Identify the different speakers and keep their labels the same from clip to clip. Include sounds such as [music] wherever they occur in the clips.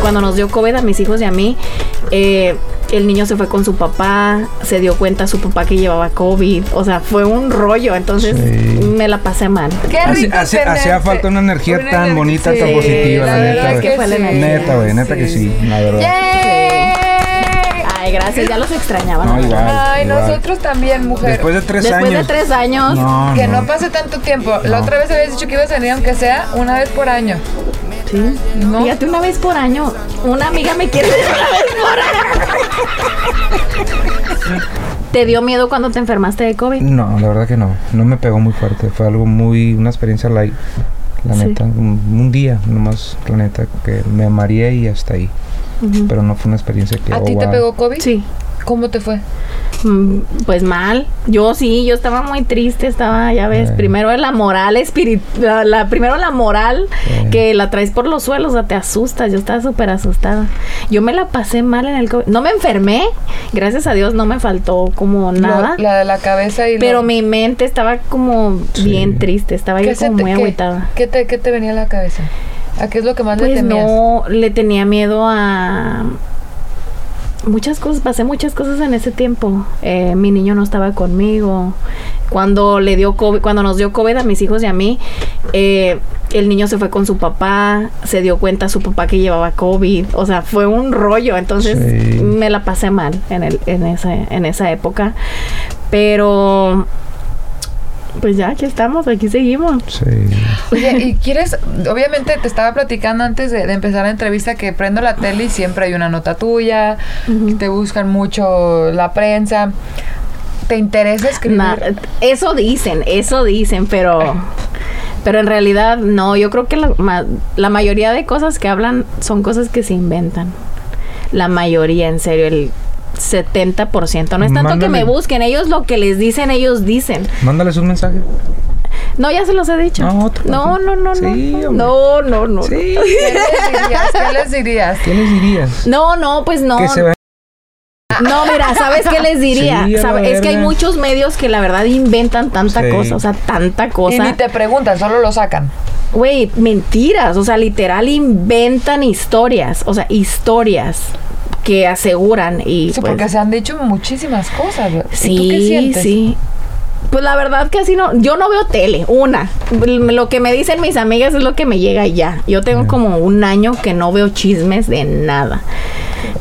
Speaker 1: cuando nos dio COVID a mis hijos y a mí, eh, el niño se fue con su papá, se dio cuenta su papá que llevaba COVID. O sea, fue un rollo. Entonces
Speaker 2: Sí.
Speaker 1: me la pasé mal.
Speaker 3: Qué
Speaker 2: Hace-
Speaker 3: rico
Speaker 2: hace-
Speaker 3: tener-
Speaker 2: Hacía falta una energía
Speaker 3: una
Speaker 2: tan
Speaker 3: energía-
Speaker 2: bonita,
Speaker 3: Sí,
Speaker 2: tan positiva, la,
Speaker 3: la
Speaker 2: neta.
Speaker 3: verdad
Speaker 2: güey.
Speaker 1: que fue la energía.
Speaker 2: neta, güey, neta que sí, la verdad.
Speaker 3: ¡Yay!
Speaker 1: Ay, gracias, ya los extrañaba.
Speaker 2: No,
Speaker 1: la verdad.
Speaker 2: igual.
Speaker 3: Ay,
Speaker 2: igual.
Speaker 3: nosotros también, mujer.
Speaker 2: Después de tres
Speaker 1: Después
Speaker 2: años.
Speaker 1: de tres años.
Speaker 2: No,
Speaker 3: que
Speaker 2: no.
Speaker 3: no pase tanto tiempo.
Speaker 2: No.
Speaker 3: La otra vez habías dicho que ibas a venir aunque sea una vez por año.
Speaker 1: Sí.
Speaker 3: No.
Speaker 1: Fíjate, una vez por año, una amiga me quiere [laughs] decir una vez por año. ¿Te dio miedo cuando te enfermaste de COVID?
Speaker 2: No, la verdad que no. No me pegó muy fuerte. Fue algo muy. Una experiencia light. La
Speaker 1: Sí.
Speaker 2: neta. Un, un día nomás, la neta. Que me mareé y hasta ahí.
Speaker 1: Ujú.
Speaker 2: Pero no fue una experiencia que.
Speaker 3: ¿A
Speaker 2: oh,
Speaker 3: ti te
Speaker 2: wow.
Speaker 3: pegó COVID?
Speaker 1: Sí.
Speaker 3: ¿Cómo te fue?
Speaker 1: Mm, Pues mal. Yo sí, yo estaba muy triste, estaba, ya ves,
Speaker 2: Eh.
Speaker 1: primero la moral espiritual, la, primero la moral
Speaker 2: Eh.
Speaker 1: que la traes por los suelos, o sea, te asustas, yo estaba súper asustada. Yo me la pasé mal en el COVID. No me enfermé, gracias a Dios no me faltó como nada.
Speaker 3: Lo- la de la cabeza y
Speaker 1: Pero
Speaker 3: lo-
Speaker 1: mi mente estaba como
Speaker 2: Sí.
Speaker 1: bien triste, estaba yo
Speaker 3: se
Speaker 1: como
Speaker 3: te-
Speaker 1: muy
Speaker 3: qué-
Speaker 1: agüitada.
Speaker 3: ¿qué, te, qué te venía a la cabeza? ¿A qué es lo que más le
Speaker 1: Pues
Speaker 3: temías?
Speaker 1: no, le tenía miedo a muchas cosas, pasé muchas cosas en ese tiempo. Eh, mi niño no estaba conmigo. Cuando le dio COVID, cuando nos dio COVID a mis hijos y a mí, eh, el niño se fue con su papá, se dio cuenta su papá que llevaba COVID. O sea, fue un rollo. Entonces
Speaker 2: Sí.
Speaker 1: me la pasé mal en el, en ese- en esa época. Pero pues ya aquí estamos, aquí seguimos.
Speaker 2: Sí.
Speaker 3: Oye, ¿y quieres? Obviamente te estaba platicando antes de, de empezar la entrevista que prendo la tele y siempre hay una nota tuya,
Speaker 1: Ujú.
Speaker 3: te buscan mucho la prensa. ¿Te interesa escribir?
Speaker 1: Na- eso dicen, eso dicen, pero pero en realidad no, yo creo que la, ma- la mayoría de cosas que hablan son cosas que se inventan. La mayoría, en serio, el 70%. No es tanto que me
Speaker 2: Mándale.
Speaker 1: busquen, ellos lo que les dicen, ellos dicen.
Speaker 2: Mándales un mensaje.
Speaker 1: No, ya se los he dicho.
Speaker 2: No, otro.
Speaker 1: no, no, no.
Speaker 2: Sí,
Speaker 1: no,
Speaker 2: hombre.
Speaker 1: no, no, no.
Speaker 2: Sí.
Speaker 3: ¿Qué les dirías? ¿Qué les dirías?
Speaker 2: ¿Qué les dirías?
Speaker 1: No, no, pues no.
Speaker 2: que se va
Speaker 1: No, mira, ¿sabes qué
Speaker 2: [laughs]
Speaker 1: les diría?
Speaker 2: Sí, a la
Speaker 1: Sabe- Es que hay
Speaker 2: verga.
Speaker 1: muchos medios que la verdad inventan tanta
Speaker 2: Sí.
Speaker 1: cosa, o sea, tanta cosa.
Speaker 3: Y ni te preguntan, solo lo sacan.
Speaker 1: Güey, mentiras, o sea, literal inventan historias, o sea, historias que aseguran y
Speaker 3: Sí,
Speaker 1: pues,
Speaker 3: porque se han dicho muchísimas cosas. ¿verdad? ¿Y
Speaker 1: sí,
Speaker 3: tú qué sientes?
Speaker 1: sí. Pues la verdad que así no, yo no veo tele, una. Lo que me dicen mis amigas es lo que me llega y ya. Yo tengo como un año que no veo chismes de nada.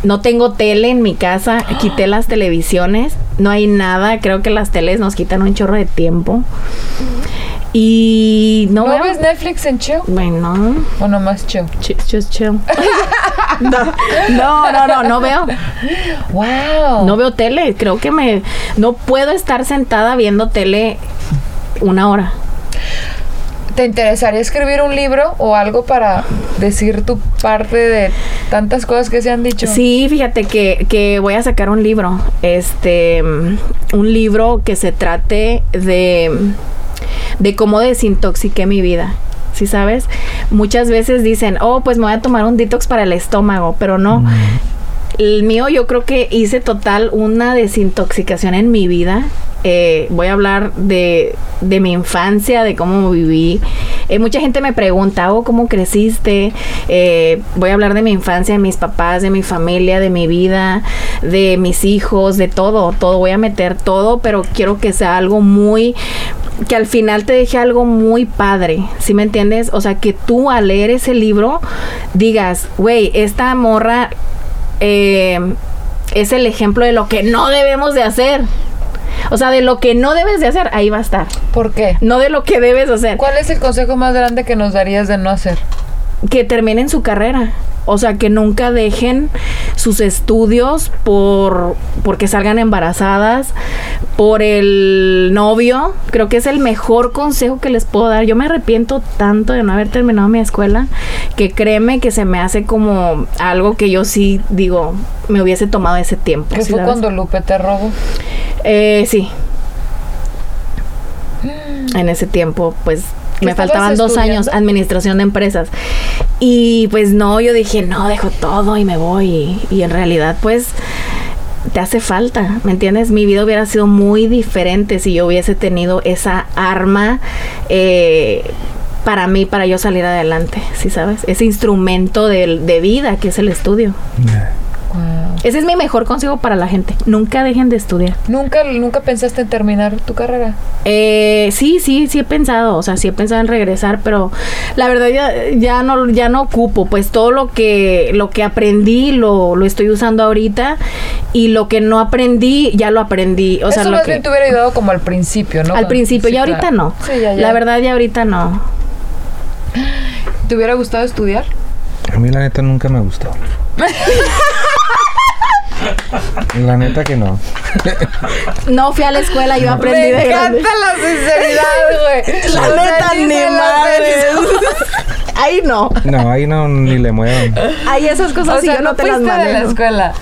Speaker 1: No tengo tele en mi casa, quité las televisiones, no hay nada, creo que las teles nos quitan un chorro de tiempo. Y no,
Speaker 3: ¿No,
Speaker 1: veo-
Speaker 3: ves Netflix en chill?
Speaker 1: Bueno,
Speaker 3: ¿O nomás chill?
Speaker 1: Ch- just chill. [laughs] no, no, no, no, no veo.
Speaker 3: ¡Wow!
Speaker 1: No veo tele. Creo que me. No puedo estar sentada viendo tele una hora.
Speaker 3: ¿Te interesaría escribir un libro o algo para decir tu parte de tantas cosas que se han dicho?
Speaker 1: Sí, fíjate que, que voy a sacar un libro. Este. mm, Un libro que se trate de. de cómo desintoxiqué mi vida. ¿Sí sabes? Muchas veces dicen, oh, pues me voy a tomar un detox para el estómago, pero no. El mío yo creo que hice total una desintoxicación en mi vida. Eh, voy a hablar de, de mi infancia, de cómo viví. Eh, mucha gente me pregunta, oh, ¿cómo creciste? Eh, voy a hablar de mi infancia, de mis papás, de mi familia, de mi vida, de mis hijos, de todo, todo. Voy a meter todo, pero quiero que sea algo muy que al final te deje algo muy padre, ¿sí me entiendes? O sea, que tú al leer ese libro digas, güey, esta morra eh, es el ejemplo de lo que no debemos de hacer. O sea, de lo que no debes de hacer, ahí va a estar.
Speaker 3: ¿Por qué?
Speaker 1: No de lo que debes hacer.
Speaker 3: ¿Cuál es el consejo más grande que nos darías de no hacer?
Speaker 1: que terminen su carrera. O sea, que nunca dejen sus estudios por porque salgan embarazadas, por el novio. Creo que es el mejor consejo que les puedo dar. Yo me arrepiento tanto de no haber terminado mi escuela, que créeme que se me hace como algo que yo sí digo, me hubiese tomado ese tiempo.
Speaker 3: Que
Speaker 1: ¿sí
Speaker 3: fue
Speaker 1: sabes?
Speaker 3: cuando Lupe te robó.
Speaker 1: Eh, sí. En ese tiempo, pues
Speaker 3: ¿Qué
Speaker 1: me
Speaker 3: Mm. estabas
Speaker 1: faltaban dos
Speaker 3: estudiando?
Speaker 1: años, administración de empresas. Y pues no, yo dije, no, dejo todo y me voy. Y, y en realidad, pues te hace falta, ¿me entiendes? Mi vida hubiera sido muy diferente si yo hubiese tenido esa arma eh, para mí, para yo salir adelante, ¿sí sabes? Ese instrumento de, de vida que es el estudio.
Speaker 3: Wow.
Speaker 1: Ese es mi mejor consejo para la gente. Nunca dejen de estudiar.
Speaker 3: ¿Nunca, ¿Nunca pensaste en terminar tu carrera?
Speaker 1: Eh, sí, sí, sí he pensado, o sea, sí he pensado en regresar, pero la verdad ya, ya no, ya no ocupo, pues todo lo que, lo que aprendí lo, lo estoy usando ahorita y lo que no aprendí ya lo aprendí, o sea,
Speaker 3: Eso
Speaker 1: lo
Speaker 3: más
Speaker 1: que-
Speaker 3: bien te hubiera ayudado como al principio, ¿no?
Speaker 1: al principio,
Speaker 3: Sí,
Speaker 1: ya
Speaker 3: claro.
Speaker 1: ahorita no,
Speaker 3: Sí, ya, ya.
Speaker 1: la verdad ya ahorita no.
Speaker 3: ¿Te hubiera gustado estudiar?
Speaker 2: A mí la neta nunca me gustó. la neta que no.
Speaker 1: No fui a la escuela, yo aprendí
Speaker 3: Me
Speaker 1: de
Speaker 3: encanta
Speaker 1: grande. [laughs]
Speaker 3: la sinceridad, güey.
Speaker 1: La neta,
Speaker 3: Nadie
Speaker 1: ni
Speaker 3: se la
Speaker 1: madres.
Speaker 3: pensó.
Speaker 1: Ahí no,
Speaker 2: No, ahí no ni le muevan.
Speaker 1: ahí esas cosas
Speaker 3: O
Speaker 1: sí
Speaker 3: sea,
Speaker 1: yo
Speaker 3: no,
Speaker 1: no, te las
Speaker 3: fuiste de la
Speaker 1: manejo.
Speaker 3: escuela.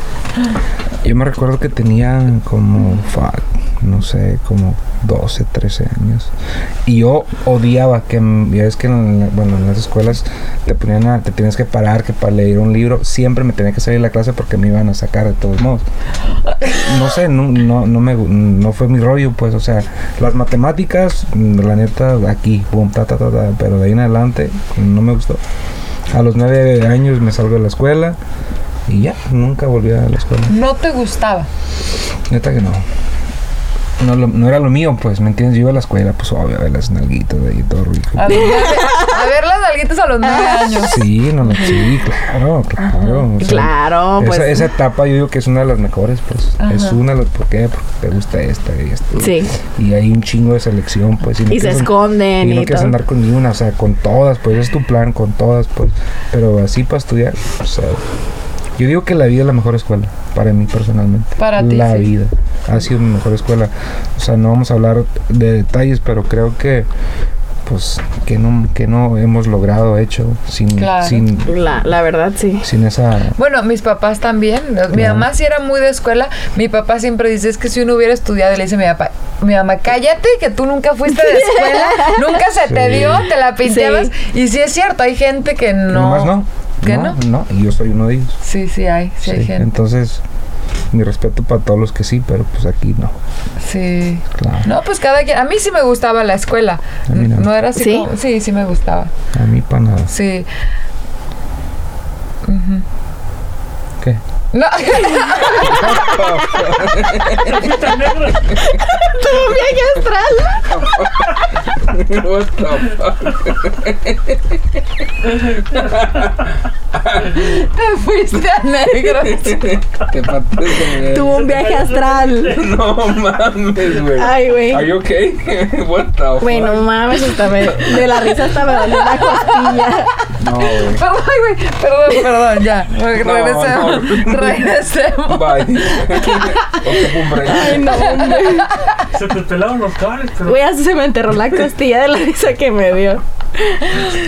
Speaker 2: Yo me recuerdo que tenía como, fuck, no sé, como 12, 13 años. Y yo odiaba que, m- ya ves que en, la- bueno, en las escuelas te ponían a, te tienes que parar, que para leer un libro, siempre me tenía que salir de la clase porque me iban a sacar de todos modos. No sé, no, no, no me, gu- no fue mi rollo, pues, o sea, las matemáticas, mm, la neta, aquí, boom, ta, ta, ta, ta, pero de ahí en adelante no me gustó. A los nueve años me salgo de la escuela y ya, nunca volví a la escuela.
Speaker 3: No te gustaba.
Speaker 2: Neta que no. No, lo- no era lo mío, pues, ¿me entiendes? Yo iba a la escuela, pues, obvio, a ver las nalguitas de ahí, todo rico.
Speaker 1: Ah,
Speaker 3: A ver, a ver las nalguitas a
Speaker 1: [laughs]
Speaker 3: los nueve años.
Speaker 2: Sí, no, no, sí, claro, claro. o sea,
Speaker 1: Claro, pues
Speaker 2: esa, esa etapa yo digo que es una de las mejores, pues.
Speaker 3: Ajá.
Speaker 2: Es una de las, ¿por qué? Porque te gusta esta y esta.
Speaker 1: sí,
Speaker 2: Y hay un chingo de selección, pues. Y, no
Speaker 1: y se
Speaker 2: quieres-
Speaker 1: esconden
Speaker 2: Y no
Speaker 1: y,
Speaker 2: quieres
Speaker 1: todo.
Speaker 2: andar con ninguna, o sea, con todas, pues, es tu plan, con todas, pues. Pero así para estudiar, o sea, yo digo que la vida es la mejor escuela, para mí personalmente.
Speaker 3: Para ti,
Speaker 2: La
Speaker 3: sí.
Speaker 2: vida ha sido mi mejor escuela. O sea, no vamos a hablar de detalles, pero creo que, pues, que no, que no hemos logrado, hecho, sin,
Speaker 3: Claro.
Speaker 2: sin,
Speaker 1: La, la verdad sí.
Speaker 2: sin esa...
Speaker 3: Bueno, mis papás también. Mi
Speaker 2: Ajá.
Speaker 3: mamá sí era muy de escuela. Mi papá siempre dice, es que si uno hubiera estudiado, y le dice a mi papá, mi mamá, cállate, que tú nunca fuiste
Speaker 2: [laughs]
Speaker 3: de escuela, nunca se te
Speaker 2: Sí.
Speaker 3: dio, te la pinteabas. Y sí es cierto, hay gente que no.
Speaker 2: Nomás no.
Speaker 3: ¿Que
Speaker 2: no? No, y yo soy uno de ellos.
Speaker 3: Sí, sí hay, sí, hay
Speaker 2: Sí,
Speaker 3: gente.
Speaker 2: Entonces, mi respeto para todos los que sí, pero pues aquí no.
Speaker 3: Sí.
Speaker 2: Claro.
Speaker 3: No, pues cada quien. A mí sí me gustaba la escuela.
Speaker 2: A mí no.
Speaker 3: no. era así.
Speaker 1: ¿Sí?
Speaker 3: como- sí, sí me gustaba.
Speaker 2: A mí para nada.
Speaker 3: Sí. Ujú.
Speaker 2: ¿Qué? [laughs]
Speaker 3: No. Te fuiste
Speaker 2: [laughs]
Speaker 3: a negro.
Speaker 2: Te pateas
Speaker 1: Tuvo un viaje astral.
Speaker 2: [laughs] No mames, güey.
Speaker 1: Ay, güey.
Speaker 2: you okay? [laughs] What the fuck?
Speaker 1: Bueno, mames, hasta me- de la risa hasta me dolió la costilla.
Speaker 2: No, güey.
Speaker 3: Ay, güey. Perdón, perdón, ya. Re-
Speaker 2: No,
Speaker 3: Regresemos.
Speaker 2: no.
Speaker 1: [laughs]
Speaker 3: Regresemos.
Speaker 2: Bye. Ocupo un break.
Speaker 4: Se te pelaron los cables, pero.
Speaker 1: Güey, así se me enterró la costilla de la risa que me dio.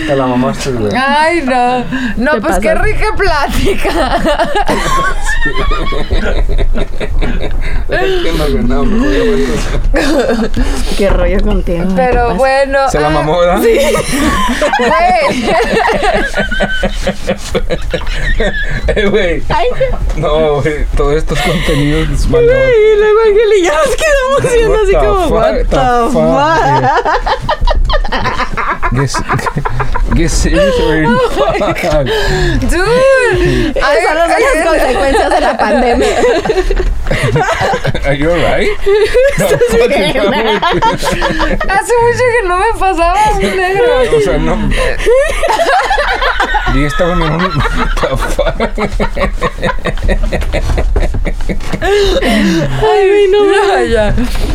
Speaker 2: Te la mamaste, güey.
Speaker 1: Ah.
Speaker 3: Ay, no. No,
Speaker 1: Te
Speaker 3: pues qué
Speaker 1: pasas.
Speaker 3: rica plática.
Speaker 2: Entiendo que no, mejor ya vuelto.
Speaker 1: Qué rollo contigo. güey,
Speaker 3: Pero
Speaker 1: ¿qué pasa?
Speaker 3: bueno.
Speaker 2: Se la
Speaker 3: ah,
Speaker 2: mamó, ¿verdad? Sí.
Speaker 3: güey.
Speaker 2: Eh, güey.
Speaker 1: Ay, güey,
Speaker 2: No, güey. Todos estos contenidos es malo.
Speaker 1: y luego Ángel y yo nos quedamos viendo
Speaker 2: What
Speaker 1: así
Speaker 2: the
Speaker 1: como,
Speaker 2: fuck,
Speaker 1: what
Speaker 2: the
Speaker 1: the fuck.
Speaker 2: fuck, Get, get serious
Speaker 1: Oh
Speaker 2: or you fuck.
Speaker 3: Dude. Ay,
Speaker 1: Esas son
Speaker 3: ay,
Speaker 1: las consecuencias de la pandemia.
Speaker 2: Are you alright? No, fucking no, güey.
Speaker 3: Hace mucho que no me pasaba un negro.
Speaker 2: O sea, no.
Speaker 1: [laughs]
Speaker 2: Y estaba en un.
Speaker 3: Ay, no, ya.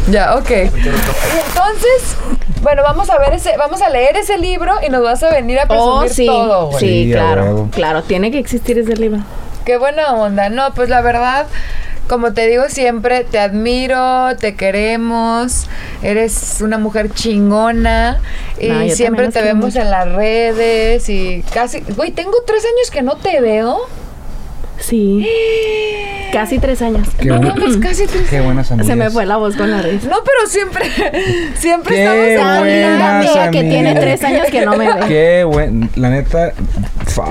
Speaker 3: Ya, ok. Entonces, bueno, vamos a ver ese, vamos a leer ese libro y nos vas a venir a
Speaker 1: Oh,
Speaker 3: presumir
Speaker 1: sí.
Speaker 3: todo, güey.
Speaker 1: sí,
Speaker 2: Sí, a
Speaker 1: claro.
Speaker 2: huevo.
Speaker 1: Claro, tiene que existir ese libro.
Speaker 3: Qué buena onda. No, pues la verdad, como te digo siempre, te admiro, te queremos, eres una mujer chingona y
Speaker 1: No, yo también
Speaker 3: siempre
Speaker 1: los
Speaker 3: te
Speaker 1: quiero
Speaker 3: vemos
Speaker 1: mucho.
Speaker 3: en las redes y casi, güey, tengo tres años que no te veo.
Speaker 1: Sí. Casi tres años.
Speaker 2: Qué,
Speaker 3: No,
Speaker 2: bu-
Speaker 3: no, pues casi tres.
Speaker 2: qué buenas amigas.
Speaker 1: Se me fue la voz con la risa.
Speaker 3: No, pero siempre, [laughs] siempre
Speaker 2: Qué
Speaker 3: estamos
Speaker 1: Esa
Speaker 2: buenas
Speaker 1: amiga mía que tiene
Speaker 2: amigas.
Speaker 1: tres años que no me ve.
Speaker 2: Qué buen. La neta, Fa.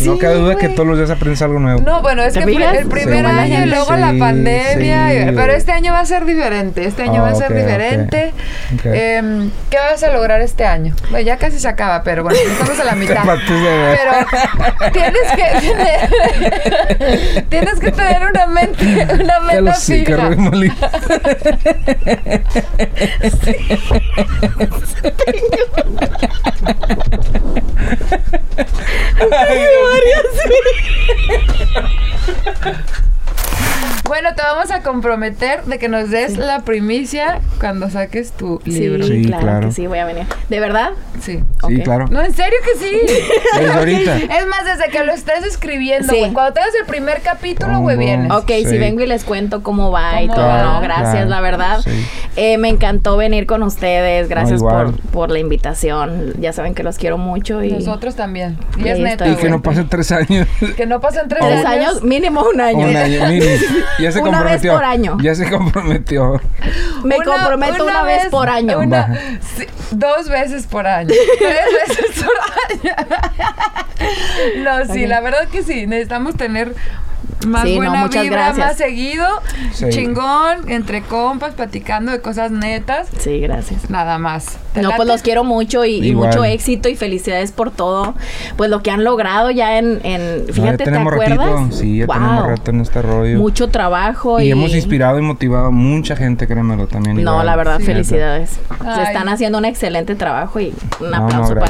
Speaker 2: no cabe duda que todos los días aprendes algo nuevo.
Speaker 3: No, bueno, es
Speaker 1: ¿Te
Speaker 3: que pri-
Speaker 1: fijas?
Speaker 3: el primer
Speaker 2: Sí,
Speaker 3: año y luego
Speaker 2: sí,
Speaker 3: la pandemia.
Speaker 2: sí,
Speaker 3: y-
Speaker 2: güey.
Speaker 3: pero este año va a ser diferente. Este año
Speaker 2: Ah,
Speaker 3: va a ser
Speaker 2: ok, ok.
Speaker 3: diferente.
Speaker 2: Ok.
Speaker 1: eh,
Speaker 2: [laughs]
Speaker 3: Em, ¿Qué vas a lograr este año? Bueno, ya casi se acaba, pero bueno, estamos
Speaker 2: [laughs]
Speaker 3: a la mitad.
Speaker 2: Aparte de-
Speaker 3: Pero [laughs] tienes que tener, [laughs] tienes que tener una mente, una
Speaker 2: Ya lo
Speaker 3: meta
Speaker 2: sé, que
Speaker 3: fija.
Speaker 1: [laughs]
Speaker 2: Rui Molina.
Speaker 3: Bueno, te vamos a comprometer de que nos des la primicia cuando saques tu libro.
Speaker 1: Sí,
Speaker 2: Sí,
Speaker 1: claro,
Speaker 2: claro.
Speaker 1: que sí, voy a venir. ¿De verdad?
Speaker 3: Sí.
Speaker 2: Sí,
Speaker 1: Ok.
Speaker 2: claro.
Speaker 3: No, en serio que
Speaker 1: [laughs]
Speaker 3: sí.
Speaker 2: Desde ahorita.
Speaker 3: Es más, desde que lo estés escribiendo,
Speaker 1: Sí.
Speaker 3: güey. Cuando tengas el primer capítulo, güey,
Speaker 2: Pongo.
Speaker 3: vienes.
Speaker 1: Ok,
Speaker 2: Sí.
Speaker 1: si vengo y les cuento cómo va y
Speaker 3: ¿Cómo
Speaker 1: todo,
Speaker 3: va?
Speaker 1: no, gracias,
Speaker 2: Claro,
Speaker 1: la verdad.
Speaker 2: sí.
Speaker 1: Eh, me encantó venir con ustedes, gracias
Speaker 2: igual.
Speaker 1: por, por la invitación. Ya saben que los quiero mucho y
Speaker 3: Nosotros también. Y
Speaker 1: Y
Speaker 3: es
Speaker 1: ahí
Speaker 3: neta,
Speaker 2: Y
Speaker 1: estoy.
Speaker 2: que
Speaker 3: güey.
Speaker 2: no pasen tres años.
Speaker 3: Que no pasen
Speaker 1: [laughs]
Speaker 3: tres,
Speaker 1: tres años, mínimo un año.
Speaker 2: Un año, mini. Ya se
Speaker 1: [laughs] Una vez
Speaker 2: comprometió.
Speaker 1: por año.
Speaker 2: Ya se comprometió.
Speaker 1: Me
Speaker 3: Una-
Speaker 1: comprometo una, vez, por año.
Speaker 3: una-
Speaker 2: Baja.
Speaker 3: sí, dos veces por año.
Speaker 1: [laughs]
Speaker 3: tres veces por año. no, sí,
Speaker 1: Ok.
Speaker 3: la verdad que sí. Necesitamos tener más
Speaker 1: Sí, no,
Speaker 3: buena
Speaker 1: muchas
Speaker 3: vibra,
Speaker 1: gracias.
Speaker 3: más seguido.
Speaker 2: Sí.
Speaker 3: Chingón, entre compas, platicando de cosas netas.
Speaker 1: Sí, gracias.
Speaker 3: Nada más. ¿Te
Speaker 1: No, pues
Speaker 3: late?
Speaker 1: los quiero mucho y, y
Speaker 2: Igual.
Speaker 1: mucho éxito y felicidades por todo. Pues lo que han logrado ya en. en
Speaker 2: No, ya
Speaker 1: fíjate, ¿te
Speaker 2: tenemos
Speaker 1: acuerdas?
Speaker 2: ratito. Sí, ya
Speaker 1: Wow.
Speaker 2: tenemos rato en este rollo.
Speaker 1: Mucho trabajo y.
Speaker 2: y hemos inspirado y motivado a mucha gente, créemelo también.
Speaker 1: No,
Speaker 2: igual.
Speaker 1: la verdad,
Speaker 2: Sí,
Speaker 1: felicidades.
Speaker 3: Ay.
Speaker 1: Le están haciendo un excelente trabajo y un
Speaker 2: No, no,
Speaker 1: aplauso para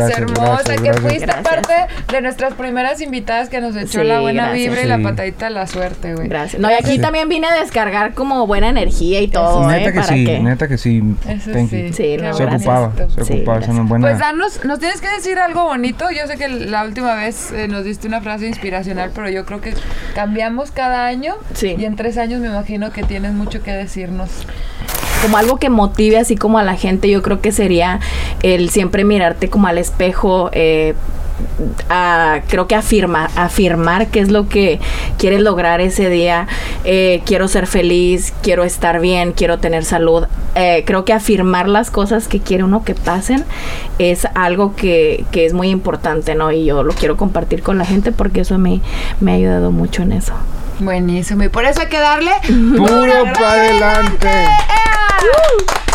Speaker 1: ustedes.
Speaker 2: Gracias,
Speaker 3: hermosa,
Speaker 2: gracias,
Speaker 3: que
Speaker 2: gracias.
Speaker 3: fuiste
Speaker 1: Gracias.
Speaker 3: parte de nuestras primeras invitadas que nos echó
Speaker 1: Sí,
Speaker 3: la buena
Speaker 1: gracias.
Speaker 3: vibra y la
Speaker 2: Sí.
Speaker 3: patadita de la suerte, güey.
Speaker 1: Gracias. No, y aquí
Speaker 2: Sí.
Speaker 1: también vine a descargar como buena energía y todo,
Speaker 2: Neta
Speaker 1: ¿eh?
Speaker 2: que
Speaker 1: Para
Speaker 2: sí,
Speaker 1: que.
Speaker 2: neta que sí.
Speaker 3: Eso
Speaker 2: Thank
Speaker 3: sí.
Speaker 2: you.
Speaker 1: Sí, no,
Speaker 2: se
Speaker 1: gracias.
Speaker 2: ocupaba, se
Speaker 1: Sí,
Speaker 2: ocupaba. se
Speaker 1: gracias.
Speaker 2: nos buena.
Speaker 3: Pues danos, nos tienes que decir algo bonito. Yo sé que la última vez eh, nos diste una frase inspiracional, pero yo creo que cambiamos cada año.
Speaker 1: Sí.
Speaker 3: Y en tres años me imagino que tienes mucho que decirnos.
Speaker 1: como algo que motive así como a la gente, yo creo que sería el siempre mirarte como al espejo. eh, a- creo que afirma, afirmar qué es lo que quieres lograr ese día. eh, quiero ser feliz, quiero estar bien, quiero tener salud. Eh, creo que afirmar las cosas que quiere uno que pasen es algo que, que es muy importante, ¿no? Y yo lo quiero compartir con la gente porque eso a mí me ha ayudado mucho en eso.
Speaker 3: Buenísimo. Y por eso hay que darle.
Speaker 2: ¡Puro para adelante.